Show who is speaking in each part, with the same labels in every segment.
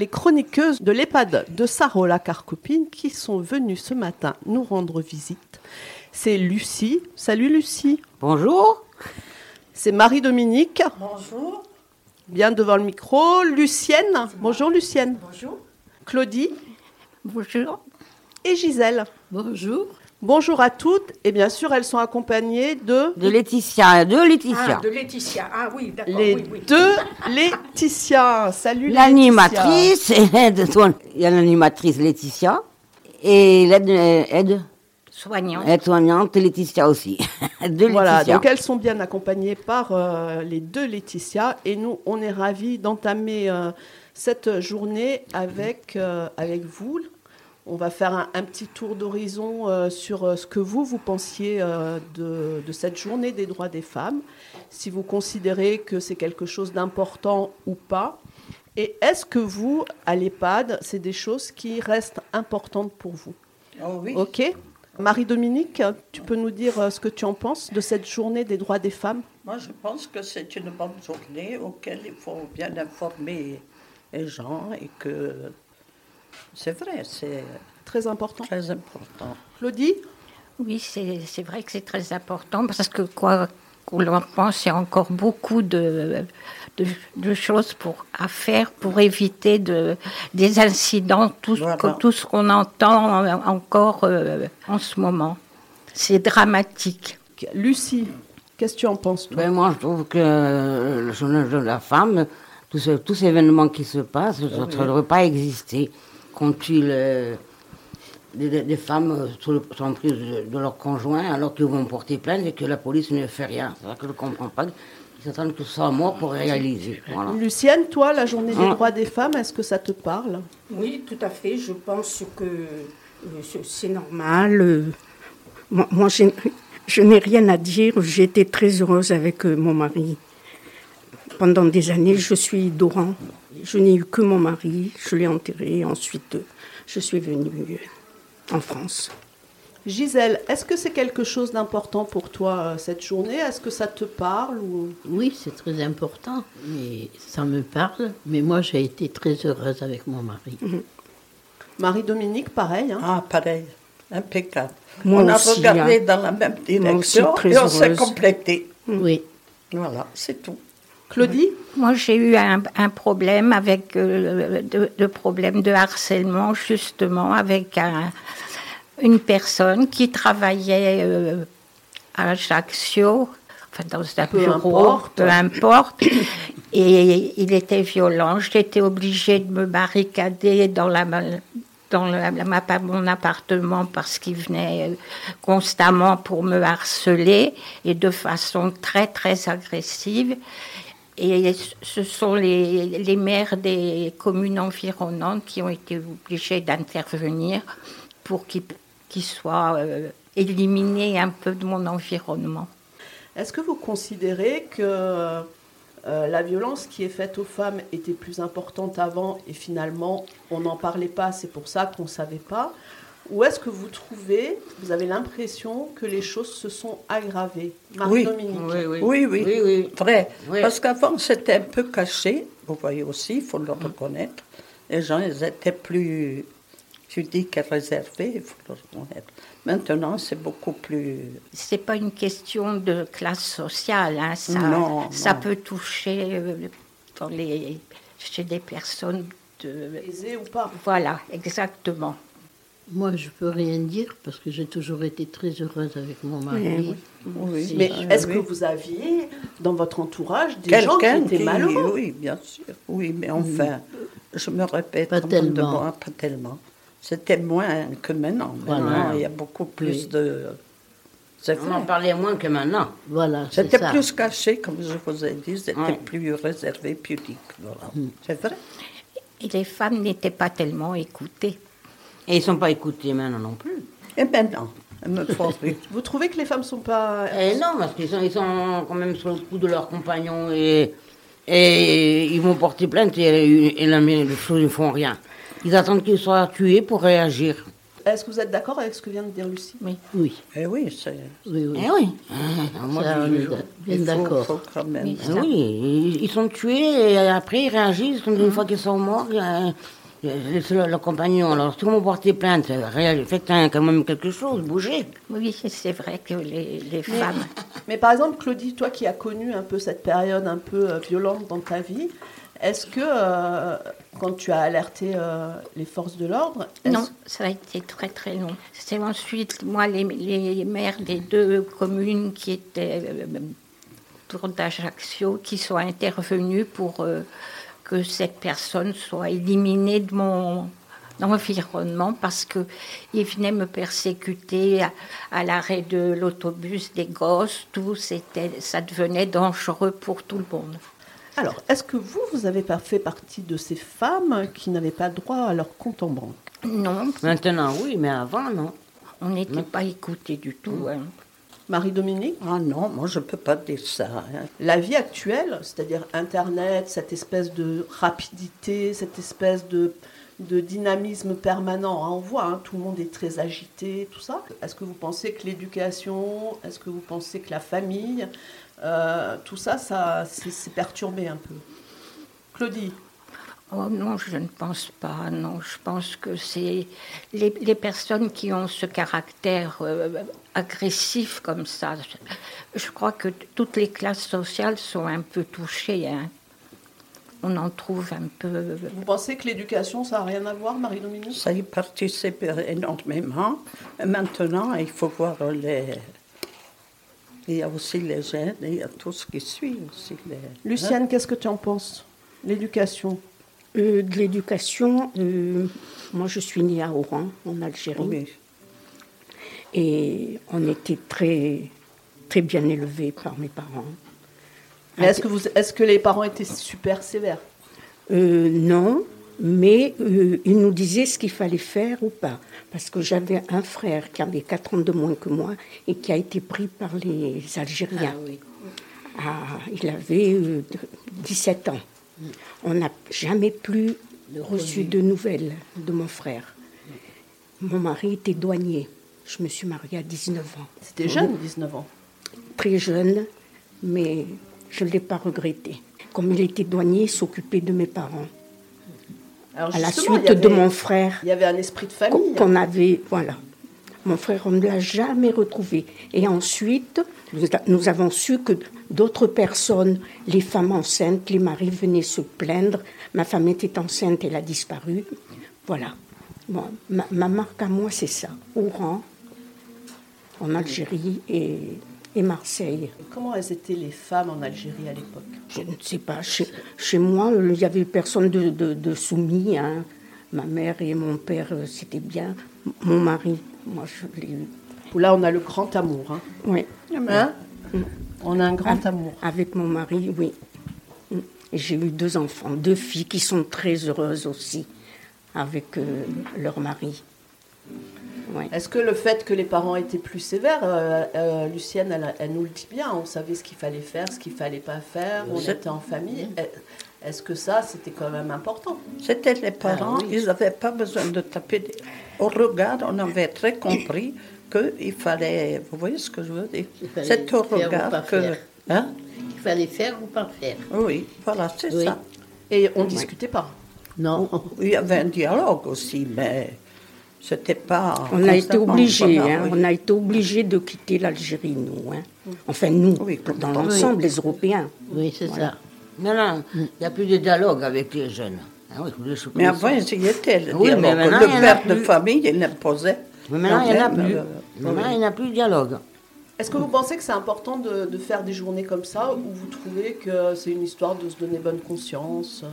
Speaker 1: les chroniqueuses de l'EHPAD de Sarola Carcopine qui sont venues ce matin nous rendre visite. C'est Lucie. Salut Lucie.
Speaker 2: Bonjour.
Speaker 1: C'est Marie-Dominique,
Speaker 3: Bonjour.
Speaker 1: bien devant le micro. Lucienne. Bonjour Lucienne.
Speaker 3: Bonjour.
Speaker 1: Claudie
Speaker 4: Bonjour.
Speaker 1: et Gisèle.
Speaker 3: Bonjour.
Speaker 1: Bonjour à toutes. Et bien sûr, elles sont accompagnées de
Speaker 2: De Laetitia, de Laetitia.
Speaker 3: Ah, de Laetitia. Ah oui, d'accord.
Speaker 1: les
Speaker 3: oui, oui.
Speaker 1: deux Laetitia. Salut Laetitia.
Speaker 2: L'animatrice, et l'aide soignante. Il y a l'animatrice Laetitia et l'aide aide,
Speaker 4: Soignant.
Speaker 2: aide soignante Laetitia aussi. De
Speaker 1: Voilà,
Speaker 2: Laetitia.
Speaker 1: donc elles sont bien accompagnées par euh, les deux Laetitia et nous, on est ravis d'entamer euh, cette journée avec, euh, avec vous. On va faire un, un petit tour d'horizon euh, sur euh, ce que vous, vous pensiez euh, de, de cette journée des droits des femmes, si vous considérez que c'est quelque chose d'important ou pas. Et est-ce que vous, à l'EHPAD, c'est des choses qui restent importantes pour vous
Speaker 3: Oh oui.
Speaker 1: Ok. Marie-Dominique, tu peux nous dire euh, ce que tu en penses de cette journée des droits des femmes
Speaker 3: Moi, je pense que c'est une bonne journée auquel il faut bien informer les gens et que c'est vrai, c'est
Speaker 1: Très important.
Speaker 3: très important.
Speaker 1: Claudie
Speaker 4: Oui, c'est c'est vrai que c'est très important parce que quoi qu'on en pense, il y a encore beaucoup de, de, de choses pour, à faire pour éviter de, des incidents, tout ce
Speaker 3: Voilà.
Speaker 4: que- tout ce qu'on entend euh, encore euh, en ce moment. C'est dramatique.
Speaker 1: Lucie, qu'est-ce que tu en penses toi
Speaker 2: Ben, moi, je trouve que le journal de la femme, tous ce, tous ces événements qui se passent, ça ne devrait pas exister. Qu'on tue le- des, des- des femmes euh, sous le- sont prises de, de leur conjoint alors qu'ils vont porter plainte et que la police ne fait rien. C'est ça que je ne comprends pas. Ils attendent que ce soit mort pour réaliser. Voilà.
Speaker 1: Lucienne, toi, la journée des
Speaker 2: Hein.
Speaker 1: droits des femmes, est-ce que ça te parle
Speaker 5: Oui, tout à fait. Je pense que euh, c'est- c'est normal. euh, Moi, moi, je, je n'ai rien à dire. J'ai été très heureuse avec euh, mon mari. Pendant des années, je suis d'Oran. Je n'ai eu que mon mari. Je l'ai enterré. Ensuite, euh, je suis venue euh, en France.
Speaker 1: Gisèle, est-ce que c'est quelque chose d'important pour toi euh, cette journée Est-ce que ça te parle ou...
Speaker 6: Oui, c'est très important, mais ça me parle. Mais moi, j'ai été très heureuse avec mon mari.
Speaker 1: Marie-Dominique, pareil. hein
Speaker 3: Ah, pareil. Impeccable.
Speaker 5: Moi
Speaker 3: on a
Speaker 5: aussi,
Speaker 3: regardé
Speaker 5: hein.
Speaker 3: dans la même
Speaker 5: aussi,
Speaker 3: direction
Speaker 5: très
Speaker 3: et on s'est
Speaker 5: heureuse.
Speaker 3: complété.
Speaker 6: Oui.
Speaker 3: Voilà, c'est tout.
Speaker 1: Claudie
Speaker 4: Moi, j'ai eu un, un problème avec euh, de, de problème de harcèlement justement avec un- une personne qui travaillait euh, à Ajaccio, enfin dans un
Speaker 1: Peu
Speaker 4: bureau,
Speaker 1: importe.
Speaker 4: peu importe, et il était violent. J'étais obligée de me barricader dans la dans la- la- ma- mon appartement parce qu'il venait euh, constamment pour me harceler et de façon très très agressive. Et ce sont les, les maires des communes environnantes qui ont été obligés d'intervenir pour qu'il qu'il soit euh, éliminé un peu de mon environnement.
Speaker 1: Est-ce que vous considérez que euh, la violence qui est faite aux femmes était plus importante avant et finalement on n'en parlait pas, c'est pour ça qu'on ne savait pas Ou est-ce que vous trouvez, vous avez l'impression que les choses se sont aggravées
Speaker 3: Oui.
Speaker 1: Marie-Dominique
Speaker 3: Oui, oui,
Speaker 2: Oui, oui.
Speaker 3: vrai.
Speaker 2: Oui.
Speaker 3: Parce qu'avant, c'était un peu caché, vous voyez aussi, il faut le reconnaître. Les gens, ils étaient plus, tu dis que réservés, il faut le reconnaître. Maintenant, c'est beaucoup plus...
Speaker 4: C'est pas une question de classe sociale, hein, ça,
Speaker 3: Non,
Speaker 4: ça
Speaker 3: non.
Speaker 4: peut toucher euh, dans les, chez des personnes de.
Speaker 1: Aisée ou pas
Speaker 4: Voilà, exactement.
Speaker 6: Moi, je peux rien dire parce que j'ai toujours été très heureuse avec mon mari.
Speaker 3: Oui.
Speaker 1: Mais
Speaker 3: Euh,
Speaker 1: est-ce
Speaker 3: oui.
Speaker 1: que vous aviez dans votre entourage des gens qui
Speaker 3: Quelqu'un
Speaker 1: étaient
Speaker 3: qui...
Speaker 1: malheureux
Speaker 3: Oui, bien sûr. Oui, mais enfin, je me répète,
Speaker 6: Pas
Speaker 3: au fond de
Speaker 6: tellement.
Speaker 3: moi, pas tellement. C'était moins que maintenant.
Speaker 6: Voilà.
Speaker 3: Maintenant, il y a beaucoup plus
Speaker 6: Oui.
Speaker 3: de... C'est
Speaker 2: On
Speaker 3: vrai.
Speaker 2: en parlait moins que maintenant.
Speaker 6: Voilà, c'est
Speaker 3: C'était
Speaker 6: ça.
Speaker 3: plus caché, comme je vous ai dit, c'était
Speaker 2: Ouais.
Speaker 3: plus réservé, pudique. Voilà.
Speaker 6: Hum.
Speaker 3: C'est vrai.
Speaker 4: Et les femmes n'étaient pas tellement écoutées.
Speaker 2: Et ils ne sont pas écoutés maintenant non plus.
Speaker 3: Et maintenant, elle me faut rire.
Speaker 1: Vous trouvez que les femmes sont pas...
Speaker 2: Eh non, parce qu'ils sont, ils sont quand même sur le coup de leurs compagnons et, et ils vont porter plainte et, et la- les choses ne font rien. Ils attendent qu'ils soient tués pour réagir.
Speaker 1: Est-ce que vous êtes d'accord avec ce que vient de dire Lucie
Speaker 6: Oui, oui,
Speaker 3: Eh oui, c'est.
Speaker 6: oui.
Speaker 3: hein?
Speaker 2: Eh
Speaker 6: oui.
Speaker 2: oui. Ah, moi,
Speaker 6: Ça, on
Speaker 2: je-
Speaker 6: est d'a- bien
Speaker 3: il faut-
Speaker 6: d'accord.
Speaker 3: faut quand même.
Speaker 2: Eh oui, ils- ils sont tués et après ils réagissent. Comme Une fois qu'ils sont morts, euh, euh, c'est leur, leur compagnon. Alors, si vous portez plainte, réagissez, faites un- quand même quelque chose, bougez.
Speaker 4: Oui, c'est vrai que les, les
Speaker 1: Mais-
Speaker 4: femmes.
Speaker 1: Mais par exemple, Claudie, toi qui as connu un peu cette période un peu euh, violente dans ta vie, est-ce que euh, quand tu as alerté euh, les forces de l'ordre, est-ce-
Speaker 4: Non, ça a été très très long. C'est ensuite, moi, les, les maires des deux communes qui étaient euh, autour d'Ajaccio, qui sont intervenus pour euh, que cette personne soit éliminée de mon environnement parce que ils venaient me persécuter à, à l'arrêt de l'autobus des gosses, tout, c'était, ça devenait dangereux pour tout le monde.
Speaker 1: alors est-ce que vous vous avez pas fait partie de ces femmes qui n'avaient pas droit à leur compte en banque
Speaker 4: Non,
Speaker 2: Maintenant, oui, mais avant, non.
Speaker 4: on n'était pas écoutés du tout. hein.
Speaker 1: Marie-Dominique,
Speaker 3: Ah non, moi je ne peux pas dire ça. hein.
Speaker 1: la vie actuelle, c'est-à-dire Internet, cette espèce de rapidité, cette espèce de, de dynamisme permanent, hein, on voit, hein, tout le monde est très agité, tout ça. Est-ce que vous pensez que l'éducation, est-ce que vous pensez que la famille, euh, tout ça, ça c'est c'est perturbé un peu Claudie
Speaker 4: Oh non, je ne pense pas. Non, je pense que c'est les, les personnes qui ont ce caractère euh, agressif comme ça. Je crois que t- toutes les classes sociales sont un peu touchées. hein. On en trouve un peu.
Speaker 1: vous pensez que l'éducation, ça n'a rien à voir, Marie-Dominique
Speaker 3: Ça y participe énormément. Maintenant, il faut voir les. Il y a aussi les jeunes, il y a tout ce qui suit aussi. Les...
Speaker 1: Luciane, qu'est-ce que tu en penses L'éducation
Speaker 5: Euh, de l'éducation, euh, moi je suis née à Oran, en Algérie,
Speaker 3: hein. Oui.
Speaker 5: et on était très, très bien élevés par mes parents.
Speaker 1: Mais Ah, est-ce que, vous- est-ce que les parents étaient super sévères
Speaker 5: Euh, non, mais euh, il nous disait ce qu'il fallait faire ou pas. Parce que j'avais un frère qui avait 4 ans de moins que moi et qui a été pris par les Algériens. Ah, il avait euh, de- 17 ans. On n'a jamais plus reçu de nouvelles de mon frère. Mon mari était douanier. Je me suis mariée à 19 ans.
Speaker 1: C'était jeune, 19 ans.
Speaker 5: Très jeune, mais je ne l'ai pas regretté. Comme il était douanier, il s'occupait de mes parents
Speaker 1: Alors,
Speaker 5: à la
Speaker 1: justement, il
Speaker 5: suite
Speaker 1: y
Speaker 5: de
Speaker 1: avait-
Speaker 5: mon frère
Speaker 1: Il y avait un esprit de
Speaker 5: qu'on
Speaker 1: famille.
Speaker 5: qu'on avait, voilà. Mon frère, on ne l'a jamais retrouvé. Et ensuite, nous a- nous avons su que d'autres personnes, les femmes enceintes, les maris venaient se plaindre. Ma femme était enceinte, elle a disparu. Voilà. Bon, ma, ma marque à moi, c'est ça. Oran, en Algérie et, et Marseille.
Speaker 1: Comment elles étaient les femmes en Algérie à l'époque
Speaker 5: Je ne sais pas. Chez, chez moi, il n'y avait personne de, de- de soumis. hein. Ma mère et mon père, euh, c'était bien. M- Mon mari, moi, je l'ai eu.
Speaker 1: Là, on a le grand amour. hein.
Speaker 5: Oui.
Speaker 4: Ah ben.
Speaker 1: Hein on a un grand
Speaker 5: Ah,
Speaker 1: amour.
Speaker 5: Avec mon mari, oui. Mm. Et J'ai eu deux enfants, deux filles qui sont très heureuses aussi avec euh, leur mari. Ouais.
Speaker 1: Est-ce que le fait que les parents étaient plus sévères, euh, euh, Lucienne, elle, elle nous le dit bien, on savait ce qu'il fallait faire, ce qu'il fallait pas faire, on était en famille.
Speaker 4: Mmh.
Speaker 1: Est- Est-ce que ça, c'était quand même important
Speaker 3: C'était
Speaker 2: Ah
Speaker 3: les parents, ils n'avaient pas besoin de taper. des- Au regard, on avait très compris qu'il fallait. Vous voyez ce que je veux dire
Speaker 6: fallait
Speaker 3: C'est au
Speaker 6: faire ou pas
Speaker 3: regard que.
Speaker 6: faire.
Speaker 3: Hein?
Speaker 6: Il fallait faire ou pas faire.
Speaker 3: Oui, voilà, c'est
Speaker 6: Oui.
Speaker 3: ça.
Speaker 1: Et on discutait pas.
Speaker 6: Non.
Speaker 3: Il y avait un dialogue aussi, mais c'était pas.
Speaker 5: On a été
Speaker 3: constamment,
Speaker 5: obligés,
Speaker 3: voilà,
Speaker 5: hein,
Speaker 3: oui.
Speaker 5: on a été obligés de quitter l'Algérie, nous. hein. Enfin, nous,
Speaker 3: Oui,
Speaker 5: dans
Speaker 3: complètement.
Speaker 5: l'ensemble, les Européens.
Speaker 6: Oui, c'est ça.
Speaker 2: Non, non, il n'y a plus de dialogue avec les jeunes. Ah oui, je voulais- je
Speaker 3: Mais
Speaker 2: connais ça.
Speaker 3: avant, ils y étaient, le
Speaker 2: Oui, mais
Speaker 3: dialogue.
Speaker 2: maintenant, il y en a
Speaker 3: Le père de
Speaker 2: plus.
Speaker 3: famille, il imposait.
Speaker 2: Mais maintenant, il n'y en a
Speaker 3: quand même,
Speaker 2: plus.
Speaker 3: euh,
Speaker 2: Maintenant, il n'y a plus de dialogue.
Speaker 1: Est-ce que vous pensez que c'est important de, de faire des journées comme ça où vous trouvez que c'est une histoire de se donner bonne conscience euh,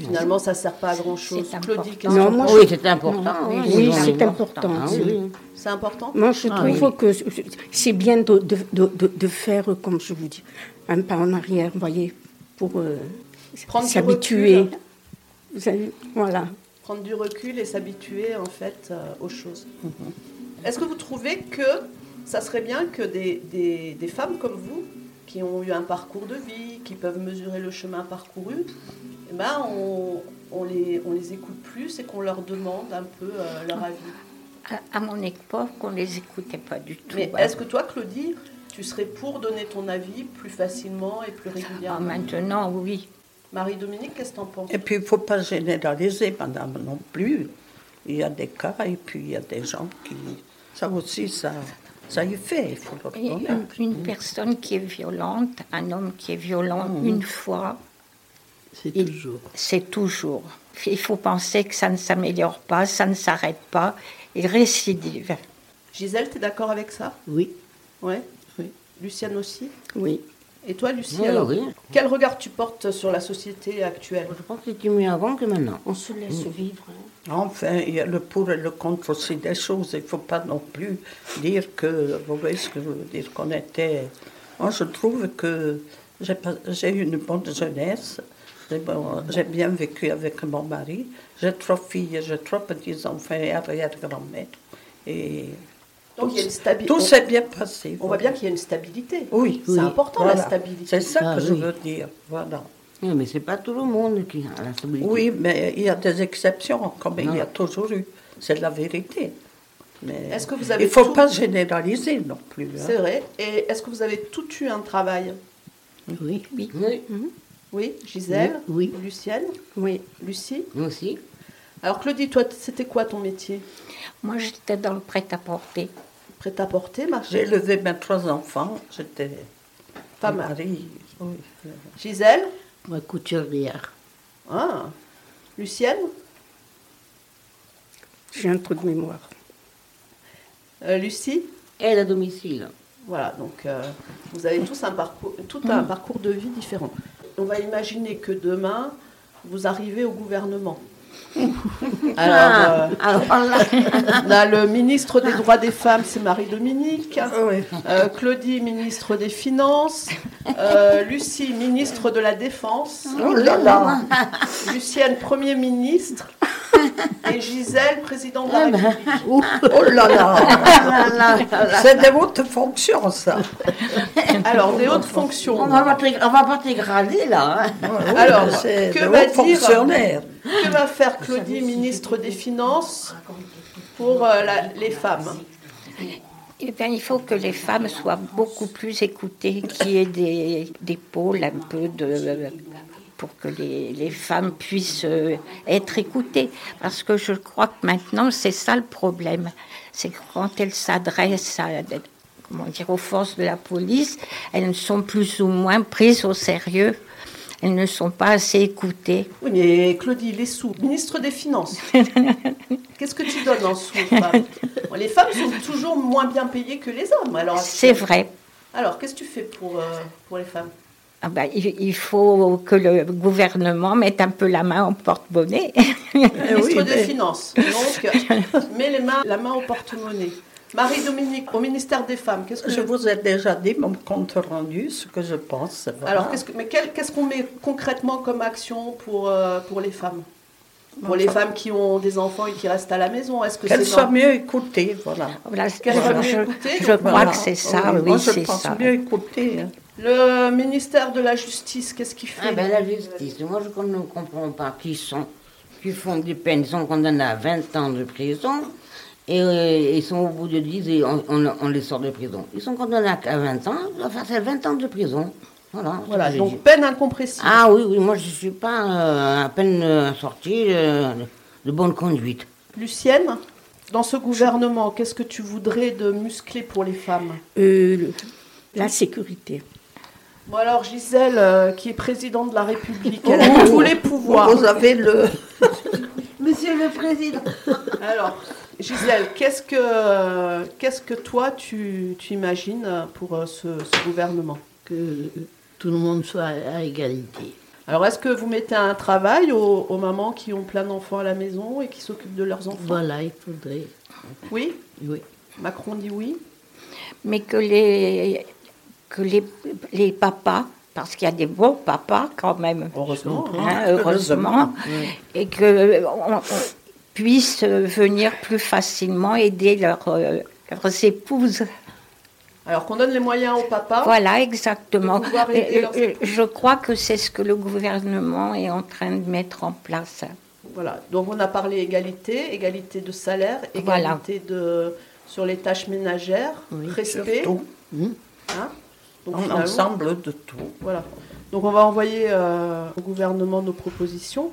Speaker 1: Finalement, ça sert pas à grand-chose.
Speaker 4: C'est
Speaker 1: Claudie,
Speaker 4: important.
Speaker 1: qu'est-ce que
Speaker 5: Non,
Speaker 1: tu
Speaker 5: moi,
Speaker 1: penses
Speaker 5: je-
Speaker 2: oui, c'est important.
Speaker 5: Oui,
Speaker 2: les gens.
Speaker 5: c'est important.
Speaker 2: Ah oui.
Speaker 1: C'est important
Speaker 5: Moi, je trouve que c'est bien de, de, de, de- de faire, comme je vous dis, un pas en arrière, vous voyez, pour euh,
Speaker 1: Prendre du
Speaker 5: s'habituer.
Speaker 1: recul.
Speaker 5: Vous savez, voilà.
Speaker 1: prendre du recul et s'habituer en fait euh, aux choses.
Speaker 4: Mhm.
Speaker 1: Est-ce que vous trouvez que ça serait bien que des, des- des femmes comme vous, qui ont eu un parcours de vie, qui peuvent mesurer le chemin parcouru, eh
Speaker 4: Ah,
Speaker 1: ben on, on les, on les écoute plus et qu'on leur demande un peu euh, leur avis
Speaker 4: à, à mon époque, on les écoutait pas du tout.
Speaker 1: Mais
Speaker 4: hein.
Speaker 1: est-ce que toi, Claudie, tu serais pour donner ton avis plus facilement et plus
Speaker 4: Ah,
Speaker 1: régulièrement
Speaker 4: maintenant, oui.
Speaker 1: Marie-Dominique, qu'est-ce que t'en penses
Speaker 3: Et puis, il ne faut pas généraliser, madame, non plus. Il y a des cas, et puis il y a des gens qui... Ça aussi, ça, ça y fait, il faut le
Speaker 4: Et
Speaker 6: Oh.
Speaker 4: une,
Speaker 3: reconnaître.
Speaker 4: une personne qui est violente, un homme qui est violent une fois,
Speaker 6: Oh. C'est
Speaker 4: Il-
Speaker 6: toujours.
Speaker 4: c'est toujours. Il faut penser que ça ne s'améliore pas, ça ne s'arrête pas. Il récidive.
Speaker 1: Gisèle, t'es d'accord avec ça
Speaker 6: Oui,
Speaker 1: Ouais.
Speaker 6: Oui.
Speaker 1: Luciane aussi
Speaker 2: Oui.
Speaker 1: Et toi, Lucie,
Speaker 2: Oui,
Speaker 1: alors,
Speaker 2: oui.
Speaker 1: quel regard tu portes sur la société actuelle
Speaker 2: Je pense que c'était mieux avant que maintenant.
Speaker 5: On se laisse vivre. hein.
Speaker 3: Enfin, il y a le pour et le contre aussi des choses. Il ne faut pas non plus dire que... Vous voyez ce que je veux dire qu'on était... Moi, je trouve que j'ai pas- j'ai eu une bonne jeunesse. J'ai bon- j'ai bien vécu avec mon mari. J'ai trois filles, j'ai trois petits-enfants et arrière-grand-mère. Et...
Speaker 1: Donc, il y a une stabi-
Speaker 3: Tout
Speaker 1: on-
Speaker 3: s'est bien passé.
Speaker 1: On voit bien qu'il y a une stabilité.
Speaker 3: Oui,
Speaker 1: C'est
Speaker 3: oui.
Speaker 1: important la
Speaker 3: Voilà.
Speaker 1: stabilité.
Speaker 3: C'est ça
Speaker 6: Ah,
Speaker 3: que je
Speaker 6: oui.
Speaker 3: veux dire. Voilà.
Speaker 2: Oui, mais c'est pas tout le monde qui a la stabilité.
Speaker 3: Oui, mais il y a des exceptions, comme il y
Speaker 2: Voilà.
Speaker 3: a toujours eu. C'est la vérité. Mais
Speaker 1: Est-ce que vous avez
Speaker 3: il ne faut
Speaker 1: tout-
Speaker 3: pas généraliser non plus. hein.
Speaker 1: C'est vrai. Et est-ce que vous avez tout eu un travail
Speaker 6: oui.
Speaker 4: Oui.
Speaker 2: Oui,
Speaker 1: Oui, Gisèle
Speaker 6: Oui.
Speaker 1: Lucienne
Speaker 5: Oui.
Speaker 1: Lucie
Speaker 2: nous aussi.
Speaker 1: Alors, Claudie, toi, t- c'était quoi ton métier
Speaker 4: Moi, j'étais dans le prêt-à-porter.
Speaker 1: Prêt-à-porter, marché
Speaker 3: J'ai élevé mes trois enfants. J'étais
Speaker 1: Pas
Speaker 3: mon
Speaker 1: mal.
Speaker 3: mari. Oui.
Speaker 1: Gisèle
Speaker 6: Moi, couturière.
Speaker 1: Ah. Lucienne
Speaker 5: J'ai un trou de mémoire.
Speaker 1: Euh, Lucie
Speaker 2: Aide à domicile.
Speaker 1: Voilà, donc euh, vous avez tous un parcours, tout un parcours de vie différent. On va imaginer que demain, vous arrivez au gouvernement.
Speaker 5: Ah, bah.
Speaker 1: Alors, euh,
Speaker 2: Ah, Alors là,
Speaker 1: on a le ministre des Droits des Femmes, c'est Marie-Dominique.
Speaker 3: Ah
Speaker 1: Euh, Claudie, ministre des Finances. Euh, Lucie, ministre de la Défense.
Speaker 3: Oh là là
Speaker 1: Lucienne, Premier ministre. Et Gisèle, présidente de la
Speaker 2: Ah ben.
Speaker 1: République.
Speaker 3: Oh là là
Speaker 2: là,
Speaker 1: Oh
Speaker 2: là, là, là.
Speaker 3: C'est des hautes fonctions, ça.
Speaker 1: Alors, des hautes fonctions.
Speaker 2: On va pas te- on va pas t'égrader là. hein.
Speaker 1: Alors,
Speaker 3: c'est
Speaker 1: que
Speaker 3: des
Speaker 1: va
Speaker 3: hauts
Speaker 1: dire-
Speaker 3: fonctionnaires.
Speaker 1: Que va faire Claudie, ministre des Finances, pour euh, la- les femmes
Speaker 4: Eh bien, il faut que les femmes soient beaucoup plus écoutées, qu'il y ait des, des pôles un peu de. pour que les, les femmes puissent euh, être écoutées. Parce que je crois que maintenant, c'est ça le problème. C'est que quand elles s'adressent à. des- Comment dire, aux forces de la police, elles ne sont plus ou moins prises au sérieux, elles ne sont pas assez écoutées.
Speaker 1: Oui, mais Claudie, les sous, ministre des Finances. Qu'est-ce que tu donnes en sous aux femmes Bon, Les femmes sont toujours moins bien payées que les hommes. Alors,
Speaker 4: C'est vrai.
Speaker 1: alors qu'est-ce que tu fais pour, euh, pour les femmes
Speaker 4: Ah ben, il il faut que le gouvernement mette un peu la main au porte-bonnet.
Speaker 1: Ministre
Speaker 3: Euh, oui,
Speaker 1: des
Speaker 3: mais-
Speaker 1: Finances. Donc, mets les mains, la main au porte-monnaie. Marie-Dominique, au ministère des Femmes, qu'est-ce que
Speaker 3: Je vous ai déjà dit mon compte rendu, ce que je pense. voilà.
Speaker 1: Alors, qu'est-ce que- mais quel- qu'est-ce qu'on met concrètement comme action pour, euh, pour les femmes Pour les femmes qui ont des enfants et qui restent à la maison Est-ce que
Speaker 3: Qu'elle
Speaker 1: c'est
Speaker 3: soit
Speaker 1: dans-
Speaker 3: mieux écoutée, voilà.
Speaker 4: Voilà, je,
Speaker 1: Qu'elle soit mieux
Speaker 4: je-
Speaker 1: écoutée,
Speaker 4: je
Speaker 1: donc
Speaker 4: crois
Speaker 3: Voilà.
Speaker 4: que c'est ça,
Speaker 3: Oui,
Speaker 4: oui,
Speaker 3: moi, je
Speaker 4: c'est
Speaker 3: pense
Speaker 4: ça.
Speaker 3: bien écouter. hein.
Speaker 1: Le ministère de la Justice, qu'est-ce qu'il fait
Speaker 2: Ah ben la justice, moi je ne comprends pas qui sont, qui font des peines, ils sont condamnés à 20 ans de prison et euh, ils sont au bout de 10 et on, on- on les sort de prison. Ils sont condamnés à- à 20 ans, ils doivent faire ces 20 ans de prison. Voilà. c'est
Speaker 1: Voilà,
Speaker 2: ce que je
Speaker 1: donc
Speaker 2: dis.
Speaker 1: peine incompressible.
Speaker 2: Ah oui, oui, moi je ne suis pas euh, à peine euh, sortie euh, de bonne conduite.
Speaker 1: Lucienne, dans ce gouvernement, qu'est-ce que tu voudrais de musclé pour les femmes
Speaker 5: Euh, la sécurité.
Speaker 1: Bon alors Gisèle, euh, qui est présidente de la République, elle a tous les pouvoirs.
Speaker 3: Vous avez le.
Speaker 2: Monsieur le Président
Speaker 1: Alors Gisèle, qu'est-ce que, qu'est-ce que toi tu, tu imagines euh, pour euh, ce- ce gouvernement
Speaker 6: Que tout le monde soit à égalité.
Speaker 1: Alors, est-ce que vous mettez un travail aux, aux mamans qui ont plein d'enfants à la maison et qui s'occupent de leurs enfants
Speaker 6: Voilà, il faudrait.
Speaker 1: Oui
Speaker 6: Oui.
Speaker 1: Macron dit oui.
Speaker 4: Mais que les, que les, les papas, parce qu'il y a des bons papas quand même,
Speaker 1: Heureusement. hein.
Speaker 4: hein, heureusement, et qu'on puisse venir plus facilement aider leurs, euh, leurs épouses.
Speaker 1: Alors qu'on donne les moyens aux papas.
Speaker 4: Voilà, exactement.
Speaker 1: Ah. De pouvoir aider
Speaker 4: Euh,
Speaker 1: leurs
Speaker 4: euh, Je crois que c'est ce que le gouvernement est en train de mettre en place.
Speaker 1: Voilà, donc on a parlé égalité, égalité de salaire,
Speaker 4: Voilà.
Speaker 1: égalité de, sur les tâches ménagères,
Speaker 6: Oui.
Speaker 1: respect.
Speaker 3: Tout,
Speaker 1: hein. donc,
Speaker 3: en
Speaker 1: finalement,
Speaker 3: ensemble de tout.
Speaker 1: Voilà. Donc on va envoyer euh, au gouvernement nos propositions.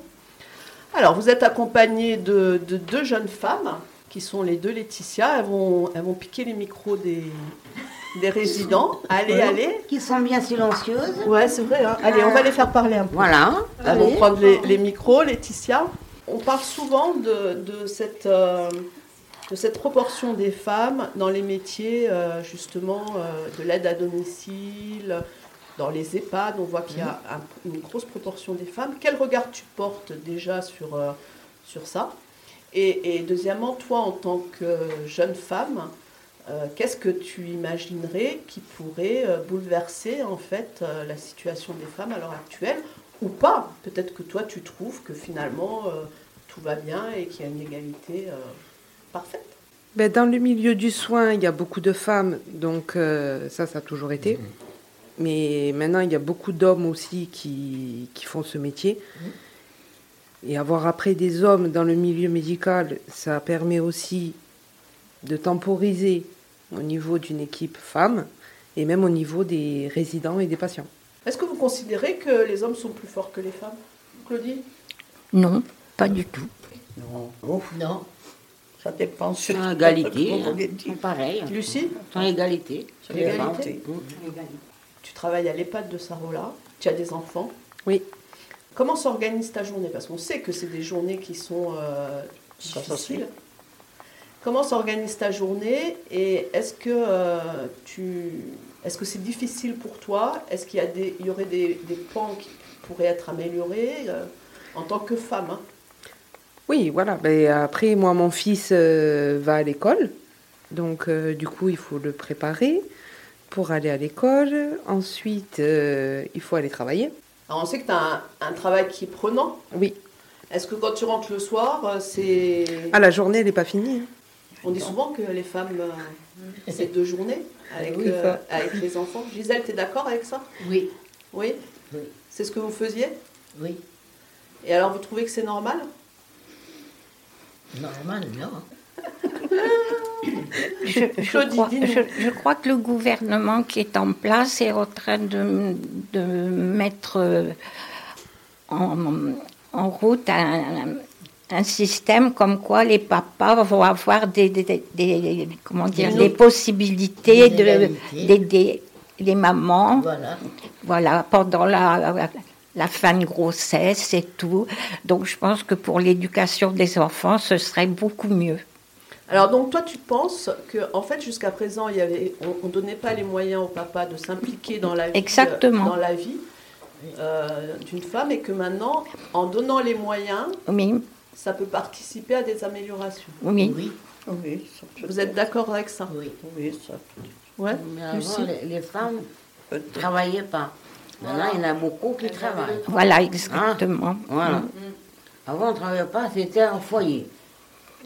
Speaker 1: Alors, vous êtes accompagné de, de deux jeunes femmes, qui sont les deux Laetitia. Elles vont, elles vont piquer les micros des, des résidents. Allez, allez.
Speaker 2: Qui sont bien silencieuses.
Speaker 1: Ouais, c'est vrai. hein. Allez, on va les faire parler un peu.
Speaker 2: Voilà.
Speaker 1: Elles vont
Speaker 2: Allez.
Speaker 1: prendre les, les micros, Laetitia. On parle souvent de, de cette, euh, de cette proportion des femmes dans les métiers, euh, justement, euh, de l'aide à domicile, dans les EHPAD. On voit qu'il y a un- une grosse proportion des femmes. Quel regard tu portes déjà sur, euh, sur ça et, et deuxièmement, toi, en tant que jeune femme, euh, qu'est-ce que tu imaginerais qui pourrait euh, bouleverser en fait euh, la situation des femmes à l'heure actuelle ou pas Peut-être que toi, tu trouves que finalement euh, tout va bien et qu'il y a une égalité euh, parfaite.
Speaker 7: Ben, dans le milieu du soin, il y a beaucoup de femmes, donc euh, ça, ça a toujours été. Mais maintenant, il y a beaucoup d'hommes aussi qui, qui font ce métier. Et avoir après des hommes dans le milieu médical, ça permet aussi de temporiser au niveau d'une équipe femme et même au niveau des résidents et des patients.
Speaker 1: Est-ce que vous considérez que les hommes sont plus forts que les femmes Claudie
Speaker 4: Non, pas du tout.
Speaker 3: Non, Ouf,
Speaker 6: Non.
Speaker 3: ça dépend sur
Speaker 2: Sur Égalité.
Speaker 3: Vous voulez dire.
Speaker 2: hein. Pareil.
Speaker 1: Lucie,
Speaker 2: Sur l'égalité.
Speaker 1: Sur l'égalité.
Speaker 2: Mmh.
Speaker 1: tu travailles à l'EHPAD de Sarola, tu as des enfants.
Speaker 7: Oui.
Speaker 1: Comment s'organise ta journée Parce qu'on sait que c'est des journées qui sont euh,
Speaker 3: Ça, ça,
Speaker 1: difficiles.
Speaker 3: c'est-
Speaker 1: Comment s'organise ta journée et est-ce que euh, tu est-ce que c'est difficile pour toi Est-ce qu'il y a des il y aurait des, des pans qui pourraient être améliorés euh, en tant que femme hein
Speaker 7: Oui, voilà. Ben, après, moi, mon fils euh, va à l'école. Donc, euh, du coup, il faut le préparer pour aller à l'école. Ensuite, euh, il faut aller travailler.
Speaker 1: Alors on sait que tu as un, un travail qui est prenant.
Speaker 7: Oui.
Speaker 1: Est-ce que quand tu rentres le soir, euh, c'est
Speaker 7: Ah, la journée, elle n'est pas finie. hein.
Speaker 1: on dit souvent que les femmes euh, c'est deux journées avec
Speaker 7: Oui,
Speaker 1: euh,
Speaker 7: ça.
Speaker 1: avec les enfants. Gisèle, tu es d'accord avec ça
Speaker 6: Oui,
Speaker 1: Oui.
Speaker 6: Oui.
Speaker 1: C'est ce que vous faisiez
Speaker 6: oui.
Speaker 1: Et alors vous trouvez que c'est normal
Speaker 6: Normal, non.
Speaker 4: Je, je
Speaker 1: Claudie,
Speaker 4: crois,
Speaker 1: dis-nous.
Speaker 4: je- je crois que le gouvernement qui est en place est en train de, de mettre euh, en, en route un, un système comme quoi les papas vont avoir des, des- des- des- comment dire,
Speaker 6: Des
Speaker 4: des
Speaker 6: autres-
Speaker 4: possibilités
Speaker 6: des
Speaker 4: de-
Speaker 6: égalités.
Speaker 4: d'aider les mamans
Speaker 6: Voilà.
Speaker 4: voilà, pendant la, la fin de grossesse et tout. Donc je pense que pour l'éducation des enfants, ce serait beaucoup mieux.
Speaker 1: Alors donc toi tu penses que en fait jusqu'à présent il y avait on, ne donnait pas les moyens au papa de s'impliquer dans la vie,
Speaker 4: Exactement.
Speaker 1: euh, dans la vie euh, d'une femme et que maintenant en donnant les moyens
Speaker 4: Oui,
Speaker 1: ça peut participer à des améliorations.
Speaker 4: oui.
Speaker 6: Oui,
Speaker 3: Oui, ça peut-
Speaker 1: Vous êtes d'accord avec ça
Speaker 6: oui.
Speaker 3: Oui, ça
Speaker 1: Ouais.
Speaker 2: Mais avant,
Speaker 1: Lucie
Speaker 2: les, les femmes
Speaker 3: peut
Speaker 2: ne travaillaient pas. Maintenant, il y en a beaucoup qui travaillent.
Speaker 4: Voilà, exactement.
Speaker 2: Voilà. Avant, on ne travaillait pas, c'était un foyer.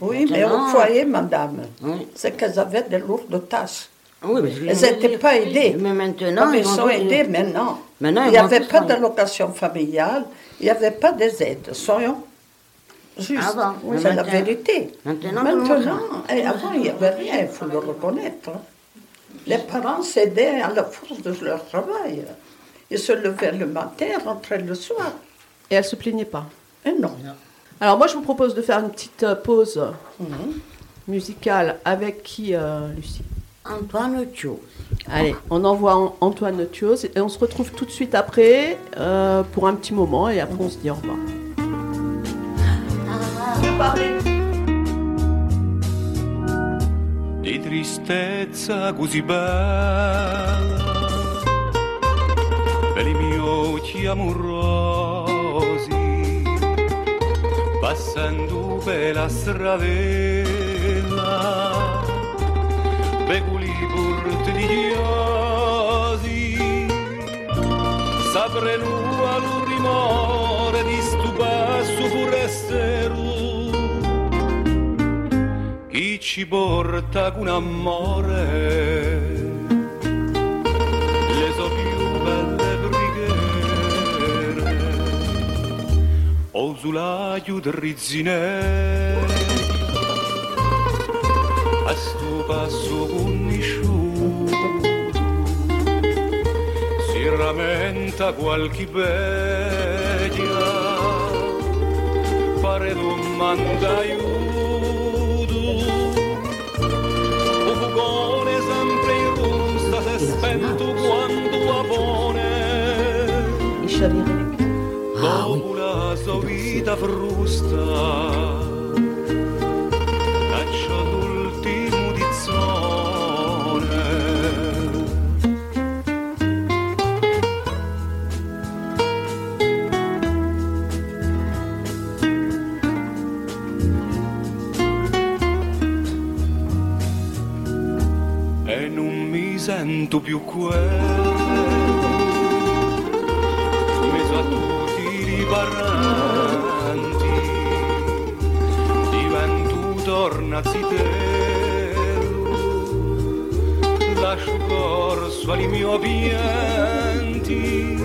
Speaker 3: Oui, mais
Speaker 2: Maintenant-
Speaker 3: au foyer, madame,
Speaker 2: Oui.
Speaker 3: c'est qu'elles avaient des lourdes tâches.
Speaker 2: Oui, mais je
Speaker 3: Elles
Speaker 2: l'ai-
Speaker 3: n'étaient pas aidées.
Speaker 2: Mais maintenant,
Speaker 3: Comme
Speaker 2: ils
Speaker 3: ils sont
Speaker 2: vont-
Speaker 3: aidés maintenant.
Speaker 2: Maintenant,
Speaker 3: il
Speaker 2: ils
Speaker 3: n'y
Speaker 2: vont
Speaker 3: avait
Speaker 2: tous
Speaker 3: pas
Speaker 2: travailler.
Speaker 3: d'allocation familiale, il n'y avait pas des aides, soyons justes.
Speaker 2: Avant, mais
Speaker 3: c'est la
Speaker 2: Ah maintenant-
Speaker 3: vérité.
Speaker 2: maintenant, tout le
Speaker 3: maintenant
Speaker 2: monde
Speaker 3: et avant, il n'y avait rien, il faut le reconnaître. hein. Les parents s'aidaient à la force de leur travail. Ils se levaient le matin, rentraient le soir.
Speaker 1: Et elle se plaignait pas.
Speaker 3: Et non.
Speaker 1: Alors moi je vous propose de faire une petite euh, pause musicale avec qui euh, Lucie
Speaker 2: Antoine Thio.
Speaker 1: Allez, on envoie An- Antoine Thios et on se retrouve tout de suite après euh, pour un petit moment et après on se dit au revoir.
Speaker 8: di tristezza così bella per i miei occhi amorosi passando per la stradella per cui porti di chiosi saprei l'ua l'urrimore di stu passo forestero chi ci porta con amore le so più belle brighiere Osulaio del Rizzinè A sto passo conosciuto Si rammenta qualche veglia Pare domanda aiuto O fugone sempre in rusta Se spento quando avone
Speaker 1: Et Chaviri.
Speaker 8: dopo la sua vita frusta caccia l'ultimo di zone e non mi sento più quello mezzo a tutti i barranti divento torna zitello lascio corso ai miei pianti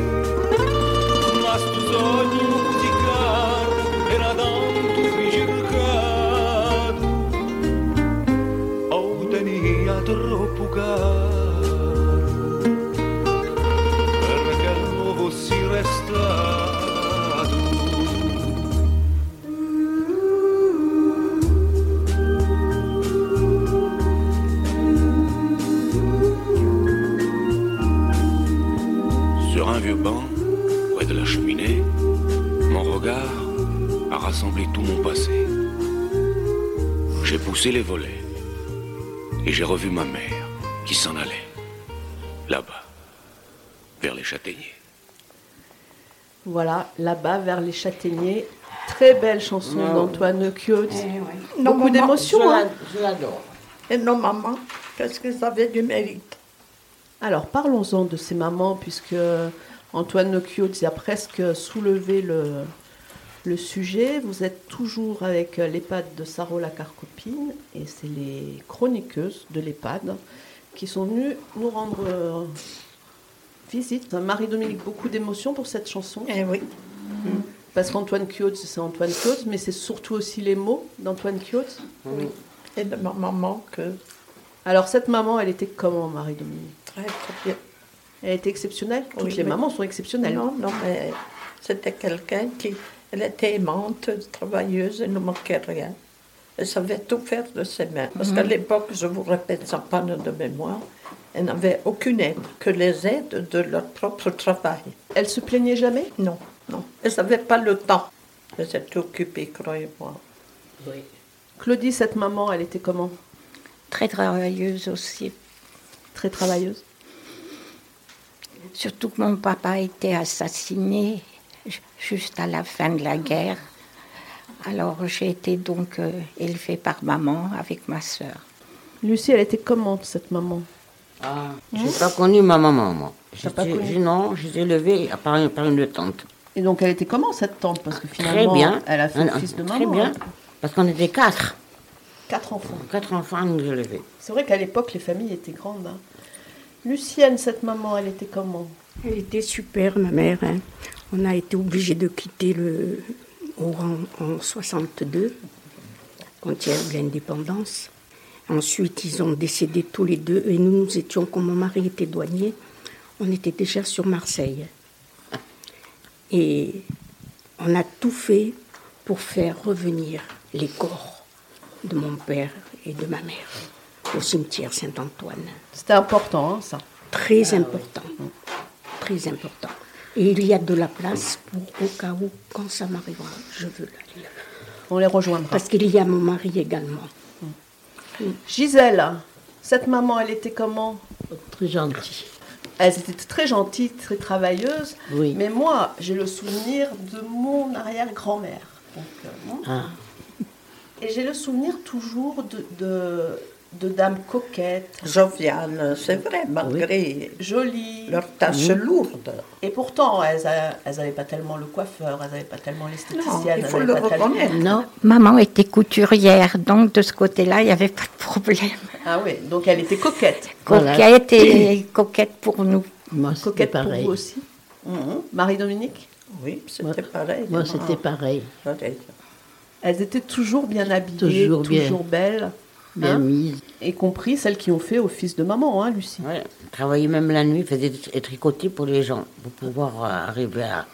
Speaker 8: ma sto sogno musicale era tanto ricercato o tenia troppo caro perché non fossi restato Sur un vieux banc, près de la cheminée, mon regard a rassemblé tout mon passé. J'ai poussé les volets et j'ai revu ma mère qui s'en allait, là-bas, vers les châtaigniers.
Speaker 1: Voilà, là-bas, vers les châtaigniers. Très belle chanson d'Antoine Ciotti.
Speaker 3: Non,
Speaker 1: Beaucoup
Speaker 3: maman,
Speaker 1: d'émotions. hein.
Speaker 2: Je l'adore.
Speaker 3: Et nos mamans, qu'est-ce qu'elles avaient du mérite
Speaker 1: Alors parlons-en de ces mamans, puisque Antoine Nocchiozzi a presque soulevé le, le sujet. Vous êtes toujours avec euh, l'EHPAD de Sarola Carcopine, et c'est les chroniqueuses de l'EHPAD qui sont venues nous rendre euh, visite. Marie-Dominique, beaucoup d'émotion pour cette chanson,
Speaker 3: Eh oui.
Speaker 1: parce qu'Antoine Chiozzi, c'est Antoine Chiozzi, mais c'est surtout aussi les mots d'Antoine Chiozzi.
Speaker 3: Et de ma maman que
Speaker 1: Alors cette maman, elle était comment, Marie-Dominique
Speaker 3: très très bien.
Speaker 1: Elle était exceptionnelle Toutes
Speaker 3: Oui,
Speaker 1: les
Speaker 3: oui.
Speaker 1: mamans sont exceptionnelles.
Speaker 3: Non, non, mais c'était quelqu'un qui, elle était aimante, travailleuse, elle ne manquait rien. Elle savait tout faire de ses mains. Parce qu'à l'époque, je vous répète, sans panne de mémoire, elle n'avait aucune aide que les aides de leur propre travail.
Speaker 1: Elle se plaignait jamais
Speaker 3: Non, non. Elles n'avaient pas le temps. Elles étaient occupées, croyez-moi.
Speaker 1: Claudie, cette maman, elle était comment
Speaker 4: Très travailleuse aussi.
Speaker 1: Très travailleuse.
Speaker 4: Surtout que mon papa a été assassiné ju- juste à la fin de la guerre. Alors j'ai été donc euh, élevée par maman avec ma sœur.
Speaker 1: Lucie, elle était comment, cette maman
Speaker 2: Ah, J'ai pas connu ma maman, moi. J'étais-
Speaker 1: pas connu
Speaker 2: j'ai- Non, j'étais levée par une, par une tante.
Speaker 1: Et donc, elle était comment, cette tante Parce que
Speaker 2: Très
Speaker 1: finalement,
Speaker 2: bien.
Speaker 1: elle a fait
Speaker 3: Ah,
Speaker 2: Un- un-
Speaker 1: fils de maman.
Speaker 2: Très bien.
Speaker 1: hein.
Speaker 2: Parce qu'on était quatre.
Speaker 1: Quatre enfants.
Speaker 2: Quatre enfants nous élevaient.
Speaker 1: C'est vrai qu'à l'époque, les familles étaient grandes. hein. Lucienne, cette maman, elle était comment
Speaker 5: Elle était super, ma mère. hein. On a été obligés de quitter le Oran en 62, quand il y a eu l'indépendance. Ensuite, ils ont décédé tous les deux et nous, nous étions, comme mon mari était douanier, on était déjà sur Marseille. Et on a tout fait pour faire revenir les corps de mon père et de ma mère au cimetière Saint-Antoine
Speaker 1: C'était important, hein, ça.
Speaker 5: très important. Très important. Et il y a de la place pour au cas où, quand ça m'arrivera, je veux la lire.
Speaker 1: On les rejoindra.
Speaker 5: Parce qu'il y a mon mari également.
Speaker 1: Gisèle, cette maman, elle était comment
Speaker 6: Très gentil.
Speaker 1: Elles étaient très gentilles, très travailleuses.
Speaker 6: Oui.
Speaker 1: Mais moi, j'ai le souvenir de mon arrière-grand-mère. Donc, euh, bon. Et j'ai le souvenir toujours de, de, de dames coquettes,
Speaker 3: Joviales, c'est vrai, malgré
Speaker 1: jolies.
Speaker 3: leurs tâches lourdes.
Speaker 1: Et pourtant, elles n'avaient pas tellement le coiffeur, elles n'avaient pas tellement l'esthéticienne.
Speaker 3: Non, il
Speaker 1: elles
Speaker 3: faut
Speaker 1: avaient
Speaker 3: le
Speaker 1: pas tellement-
Speaker 3: reconnaître.
Speaker 6: Non,
Speaker 4: Maman était couturière, donc de ce côté-là, il n'y avait pas de problème.
Speaker 1: Ah oui, donc elle était coquette.
Speaker 6: Voilà.
Speaker 4: Coquette et coquette pour nous.
Speaker 6: moi c'était
Speaker 1: Coquette pour
Speaker 6: pareil.
Speaker 1: vous aussi. Mhm. Marie-Dominique
Speaker 3: Oui, c'était
Speaker 6: Moi-
Speaker 3: pareil. Ah,
Speaker 6: Moi, c'était pareil.
Speaker 3: pareil.
Speaker 1: Elles étaient toujours bien habillées, toujours,
Speaker 6: Toujours bien.
Speaker 1: belles,
Speaker 6: Bien
Speaker 1: hein,
Speaker 6: mise.
Speaker 1: y compris celles qui ont fait office de maman, hein, Lucie.
Speaker 2: Ouais, travailler même la nuit, faisait des des tricoter pour les gens, pour pouvoir euh, arriver à,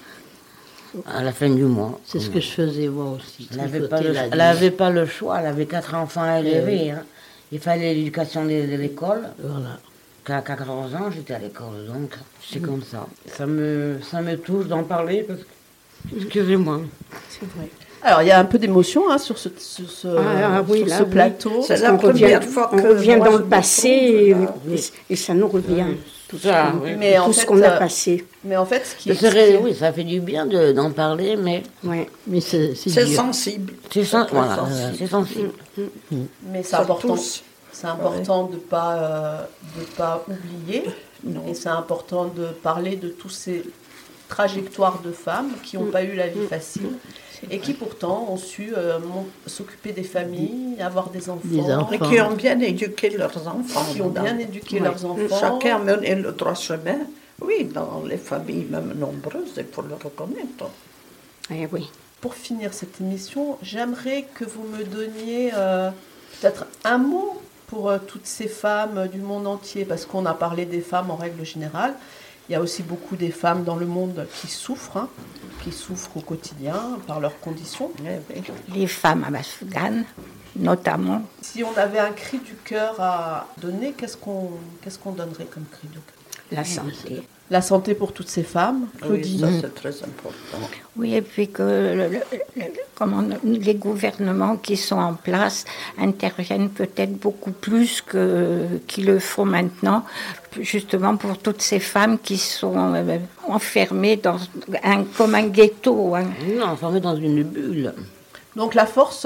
Speaker 2: à la fin du mois.
Speaker 6: C'est ce que je faisais moi aussi.
Speaker 2: Elle n'avait
Speaker 6: tricoter
Speaker 2: pas, le-
Speaker 6: la
Speaker 2: elle
Speaker 6: nuit.
Speaker 2: avait pas le choix, elle avait quatre enfants à élever.
Speaker 6: oui.
Speaker 2: hein. Il fallait l'éducation de, de l'école.
Speaker 6: Voilà.
Speaker 2: Qu'à 14 ans, j'étais à l'école, donc c'est comme ça. Mm. Ça me, ça me touche d'en parler parce que. Excusez-moi.
Speaker 1: Alors, il y a un peu d'émotion hein, sur ce, sur ce,
Speaker 5: Ah, ah, oui,
Speaker 1: sur
Speaker 5: là,
Speaker 1: ce
Speaker 5: oui.
Speaker 1: plateau.
Speaker 3: C'est la
Speaker 5: on revient,
Speaker 3: première fois
Speaker 5: on
Speaker 3: que
Speaker 5: revient
Speaker 3: moi,
Speaker 5: dans
Speaker 3: je
Speaker 5: le
Speaker 3: me
Speaker 5: passé et,
Speaker 3: trouve, là.
Speaker 5: et ça nous revient.
Speaker 2: Tout ça, oui.
Speaker 1: Mais en
Speaker 5: tout
Speaker 1: fait,
Speaker 5: ce qu'on
Speaker 1: euh,
Speaker 5: a passé.
Speaker 1: Mais en fait, ce qui
Speaker 2: Ce serait- oui, ça fait du bien de- d'en parler, mais
Speaker 5: Ouais.
Speaker 6: Mais c'est c'est
Speaker 3: C'est
Speaker 6: dur.
Speaker 3: sensible.
Speaker 2: c'est sen-
Speaker 3: très
Speaker 2: voilà, euh,
Speaker 3: sensible.
Speaker 2: c'est sensible.
Speaker 1: mais c'est
Speaker 3: Ça
Speaker 1: important.
Speaker 3: touche.
Speaker 1: C'est important de pas euh, de pas oublier et c'est important de parler de tous ces trajectoires de femmes qui n'ont pas eu la vie facile et qui pourtant ont su euh, mon- s'occuper des familles, avoir des enfants,
Speaker 6: Des enfants.
Speaker 3: Et qui ont bien éduqué leurs enfants.
Speaker 1: qui ont bien éduqué leurs enfants.
Speaker 3: Chacun a mené le droit chemin. Oui, dans les familles, même nombreuses, il faut le reconnaître.
Speaker 5: Eh oui.
Speaker 1: Pour finir cette émission, j'aimerais que vous me donniez euh, peut-être un mot pour euh, toutes ces femmes euh, du monde entier, parce qu'on a parlé des femmes en règle générale. Il y a aussi beaucoup des femmes dans le monde qui souffrent, hein, qui souffrent au quotidien par leurs conditions.
Speaker 3: Eh oui.
Speaker 4: Les femmes afghanes, notamment,
Speaker 1: Si on avait un cri du cœur à donner, qu'est-ce qu'on qu'est-ce qu'on donnerait comme cri du cœur
Speaker 5: La santé.
Speaker 1: La santé pour toutes ces femmes,
Speaker 3: Ah Oui,
Speaker 1: Claudie.
Speaker 3: ça c'est très important.
Speaker 4: Oui, et puis que le- le- le- comment on- les gouvernements qui sont en place interviennent peut-être beaucoup plus que- qu'ils le font maintenant, justement pour toutes ces femmes qui sont euh, enfermées dans un, comme un ghetto. hein.
Speaker 2: Non, enfermé dans une bulle.
Speaker 1: Donc la force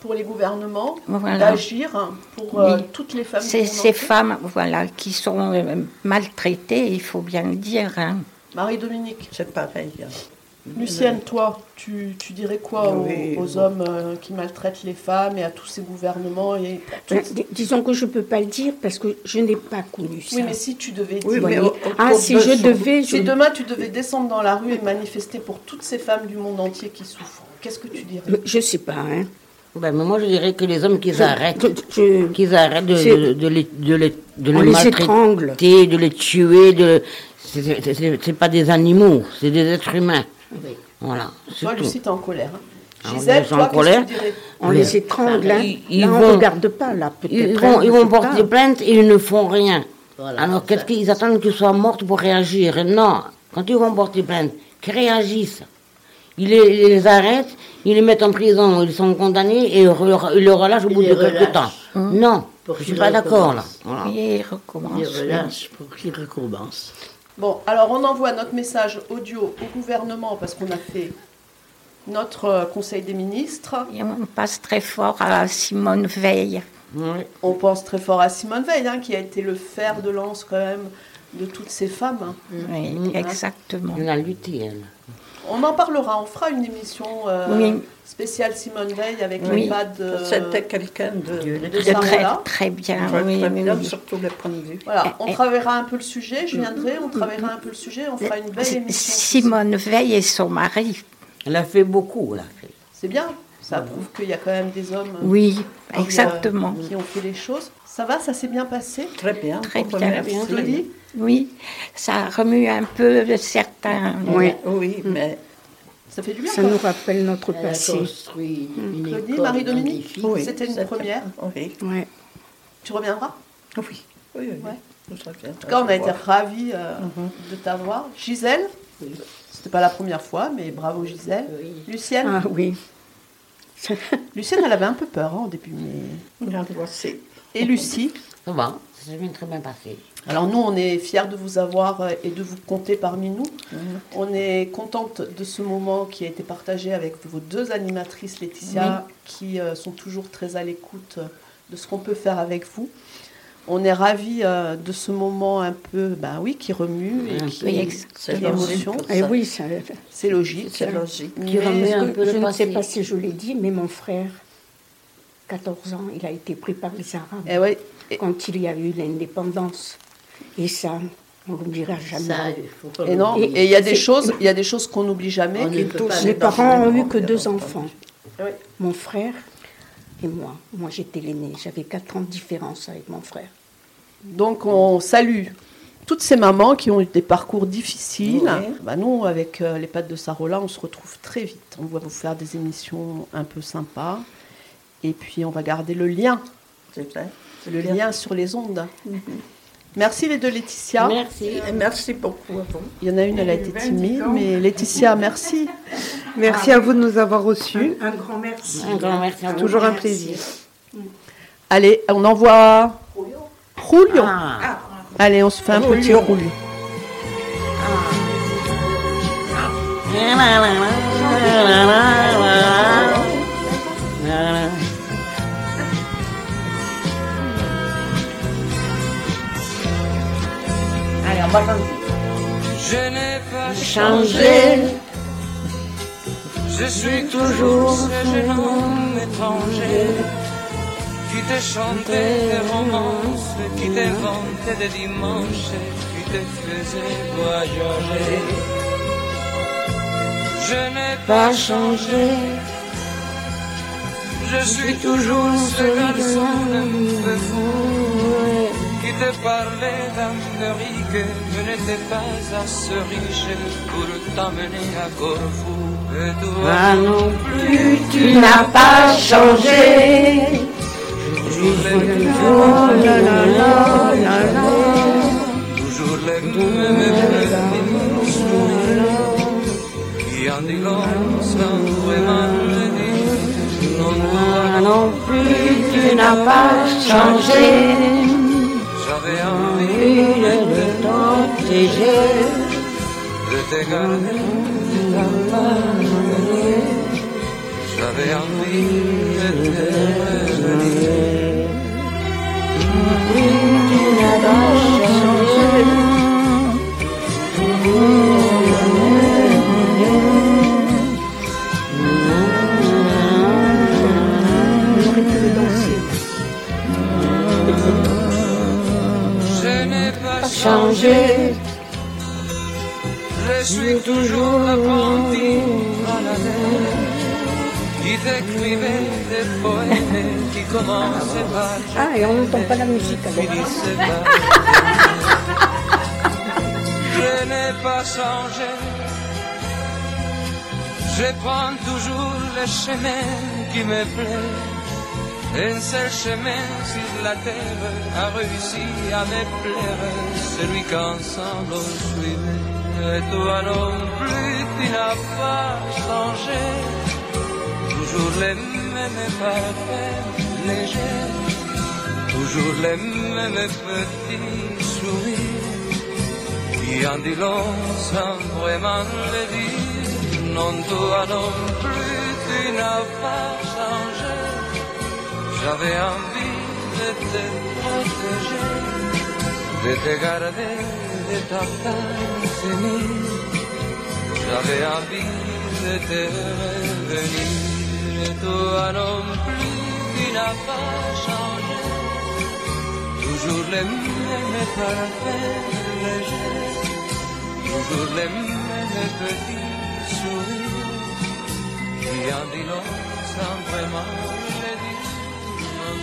Speaker 1: pour les gouvernements
Speaker 4: Voilà.
Speaker 1: d'agir hein, pour euh,
Speaker 4: Oui.
Speaker 1: toutes les femmes. du
Speaker 4: Ces,
Speaker 1: monde
Speaker 4: ces
Speaker 1: entier.
Speaker 4: femmes voilà, qui sont euh, maltraitées, il faut bien le dire. hein.
Speaker 1: Marie-Dominique.
Speaker 3: C'est pareil. hein.
Speaker 1: Lucienne, toi, tu, tu dirais quoi aux,
Speaker 3: Oui,
Speaker 1: aux
Speaker 3: bon.
Speaker 1: hommes euh, qui maltraitent les femmes et à tous ces gouvernements et à toutes-
Speaker 5: Mais dis- disons que je ne peux pas le dire parce que je n'ai pas connu ça.
Speaker 1: Oui, mais si tu devais
Speaker 3: Oui,
Speaker 1: dire-
Speaker 3: mais au-
Speaker 5: ah,
Speaker 3: autour
Speaker 5: si
Speaker 3: de
Speaker 5: je
Speaker 3: son-
Speaker 5: devais, je-
Speaker 1: si demain tu devais descendre dans la rue et manifester pour toutes ces femmes du monde entier qui souffrent, qu'est-ce que tu dirais
Speaker 5: je ne sais pas. hein.
Speaker 2: Ben, mais moi, je dirais que les hommes, qu'ils arrêtent.
Speaker 5: Je- je-
Speaker 2: Qu'ils arrêtent de,
Speaker 5: C'est-
Speaker 2: de, de les, de les, de
Speaker 5: On
Speaker 2: les
Speaker 5: les
Speaker 2: maltraiter,
Speaker 5: étrangle.
Speaker 2: de les tuer. De... c'est- c'est- C'est c'est pas des animaux, c'est des êtres humains. Voilà. c'est
Speaker 1: Toi,
Speaker 2: tout.
Speaker 1: Lucie, t'es en colère. hein.
Speaker 2: Ah,
Speaker 1: Gisèle,
Speaker 2: je suis en
Speaker 1: toi, qu'est-ce que
Speaker 2: colère.
Speaker 1: tu dirais
Speaker 5: on les étrangle. hein.
Speaker 2: Bah, Ils- ils
Speaker 5: là, on
Speaker 2: vont-
Speaker 5: ne regarde pas. Là, peut-être.
Speaker 2: Ils
Speaker 5: hein,
Speaker 2: vont,
Speaker 5: je
Speaker 2: ils vont
Speaker 5: sais pas.
Speaker 2: porter plainte et ils ne font rien.
Speaker 6: Voilà,
Speaker 2: Alors,
Speaker 6: c'est
Speaker 2: qu'est-ce
Speaker 6: ça.
Speaker 2: qu'ils attendent qu'ils soient morts pour réagir Non, quand ils vont porter plainte, qu'ils réagissent. Ils les, ils les arrêtent, ils les mettent en prison, ils sont condamnés et ils re- ils les relâchent au
Speaker 6: Ils
Speaker 2: bout de
Speaker 6: les
Speaker 2: quelques
Speaker 6: relâchent. Hein?
Speaker 2: temps. Non,
Speaker 6: Pour
Speaker 2: je suis
Speaker 6: qu'ils
Speaker 2: pas d'accord là.
Speaker 6: recommencent.
Speaker 2: Voilà.
Speaker 4: Et ils recommencent.
Speaker 6: Ils relâchent pour qu'ils recommencent.
Speaker 1: Bon, alors on envoie notre message audio au gouvernement parce qu'on a fait notre euh, conseil des ministres.
Speaker 4: Et on passe très fort à Simone Veil.
Speaker 2: Ouais.
Speaker 1: On pense très fort à Simone Veil, hein, qui a été le fer de lance quand même de toutes ces femmes. hein.
Speaker 4: Oui, exactement.
Speaker 2: Elle a lutté, elle.
Speaker 1: On en parlera, on fera une émission euh,
Speaker 4: Oui.
Speaker 1: spéciale Simone Veil avec
Speaker 4: Oui.
Speaker 1: les pas de...
Speaker 3: C'était quelqu'un de,
Speaker 1: de
Speaker 4: De très,
Speaker 1: Sarah.
Speaker 4: très bien,
Speaker 3: très,
Speaker 4: Ah oui,
Speaker 3: très
Speaker 4: oui,
Speaker 3: bien
Speaker 4: oui.
Speaker 3: sur tous les points de vue.
Speaker 1: Voilà,
Speaker 4: Eh,
Speaker 1: on travaillera un peu le sujet, je viendrai,
Speaker 4: Mm,
Speaker 1: on travaillera un peu le sujet, on fera une belle émission.
Speaker 4: Simone Veil et son mari.
Speaker 2: Elle a fait beaucoup, la fille.
Speaker 1: C'est bien, ça prouve qu'il y a quand même des hommes euh,
Speaker 4: Oui,
Speaker 1: qui, euh,
Speaker 4: exactement.
Speaker 1: qui ont fait les choses. Ça va, ça s'est bien passé
Speaker 3: Très bien.
Speaker 4: Très
Speaker 3: pour
Speaker 4: bien.
Speaker 3: remercier.
Speaker 1: Claudie
Speaker 4: Oui, ça remue un peu certains.
Speaker 5: Oui.
Speaker 3: Oui, mais
Speaker 1: Ça fait du bien
Speaker 5: Ça
Speaker 1: quand
Speaker 5: nous
Speaker 1: même.
Speaker 5: rappelle notre
Speaker 6: Elle a
Speaker 5: passé.
Speaker 6: construit une
Speaker 1: Claudie,
Speaker 6: école
Speaker 1: Marie-Dominique,
Speaker 6: magnifique.
Speaker 3: oui,
Speaker 1: c'était une
Speaker 3: c'est-
Speaker 1: première.
Speaker 3: Oui,
Speaker 5: Ouais.
Speaker 1: Tu reviendras
Speaker 3: oui, oui. oui.
Speaker 1: Ouais.
Speaker 3: En
Speaker 1: En tout cas, on a été ravis euh,
Speaker 5: Mhm.
Speaker 1: de t'avoir. Gisèle, c'était pas la première fois, mais bravo Gisèle. Lucienne,
Speaker 5: Ah oui.
Speaker 1: Lucienne, elle avait un peu peur hein, au début, mais- Et Lucie,
Speaker 2: Ça va, ça s'est bien très bien passé.
Speaker 1: alors nous, on est fiers de vous avoir euh, et de vous compter parmi nous. On est contente de ce moment qui a été partagé avec vos deux animatrices, Laetitia, qui euh, sont toujours très à l'écoute euh, de ce qu'on peut faire avec vous. On est ravis euh, de ce moment un peu, ben oui, qui remue et qui,
Speaker 4: Oui, ex-
Speaker 1: qui émotion.
Speaker 5: Eh oui, ça,
Speaker 1: C'est logique.
Speaker 3: C'est logique.
Speaker 1: Mais-
Speaker 2: Qui remet un peu
Speaker 5: je
Speaker 2: le
Speaker 5: ne
Speaker 2: passé.
Speaker 5: sais pas si je l'ai dit, mais mon frère, 14 ans, il a été pris par les Arabes
Speaker 1: Eh ouais,
Speaker 5: quand il y a eu l'indépendance. Et ça, On l'oubliera jamais.
Speaker 6: Ça, il faut pas
Speaker 1: Et non,
Speaker 6: l'oublier.
Speaker 1: et il y a des choses, il y a des choses qu'on n'oublie jamais.
Speaker 6: On
Speaker 1: qui-
Speaker 6: ne peut pas
Speaker 5: Mes
Speaker 6: les barrer,
Speaker 5: parents ont
Speaker 6: non,
Speaker 5: eu que
Speaker 6: bien
Speaker 5: deux
Speaker 6: entendu.
Speaker 5: enfants,
Speaker 1: Oui.
Speaker 5: mon frère et moi. Moi, j'étais l'aîné. J'avais quatre ans de différence avec mon frère.
Speaker 1: Donc on salue toutes ces mamans qui ont eu des parcours difficiles. Bah, nous, avec euh, les pattes de Sarola, on se retrouve très vite. On va vous faire des émissions un peu sympas. Et puis on va garder le lien,
Speaker 3: C'est vrai.
Speaker 1: le lien sur les ondes. Merci les deux Laetitia.
Speaker 2: Merci.
Speaker 3: Et merci beaucoup à vous.
Speaker 1: Il y en a une, elle a été timide, mais Laetitia, merci.
Speaker 7: Merci à vous de nous avoir reçus.
Speaker 5: Un grand merci.
Speaker 2: Un grand merci à vous.
Speaker 7: Toujours un plaisir.
Speaker 1: Allez, on envoie Roulion.
Speaker 2: Ah.
Speaker 1: Allez, on se fait un petit roulion.
Speaker 2: Allez, on va chanter. changé.
Speaker 8: Je suis toujours ce jeune homme étranger qui te chantait des romances, qui t'inventait des dimanches, qui te faisait voyager. Je n'ai pas changé. Je suis toujours ce garçon un peu fou qui te parlait d'Amérique, je n'étais pas assez riche pour t'emmener à Corfou. Et toi,
Speaker 2: Ah non plus, tu n'as pas changé.
Speaker 8: toujours les mêmes toujours les mêmes qui en dit long sans vraiment le dire. Non, toi,
Speaker 2: Ah non plus, tu n'as pas changé.
Speaker 8: j'avais envie
Speaker 2: Une de t'entéger.
Speaker 8: de te garder. J'avais envie de te revenir. Je n'ai pas changé. Je suis toujours l'apprenti baladeur qui t'écrivait des poèmes qui commençaient par
Speaker 5: Ah, et on n'entend pas la musique alors.
Speaker 8: finissait par. Je n'ai pas changé. Je prends toujours le chemin qui me plaît. Un seul chemin sur la terre a réussi à me plaire, celui qu'ensemble on suivait. Et toi non plus, tu n'as pas changé. Toujours les mêmes parfaits légers. Toujours les mêmes petits sourires qui en dit long sans vraiment le dire. Non, toi non plus, tu n'as pas changé. J'avais envie de te protéger, de te garder, de t'appartenir. J'avais envie de te revenir. Et toi non plus, tu n'as pas changé. Toujours les mêmes parfaits légers, toujours les mêmes petits sourires, qui en dit long sans vraiment le dire. Un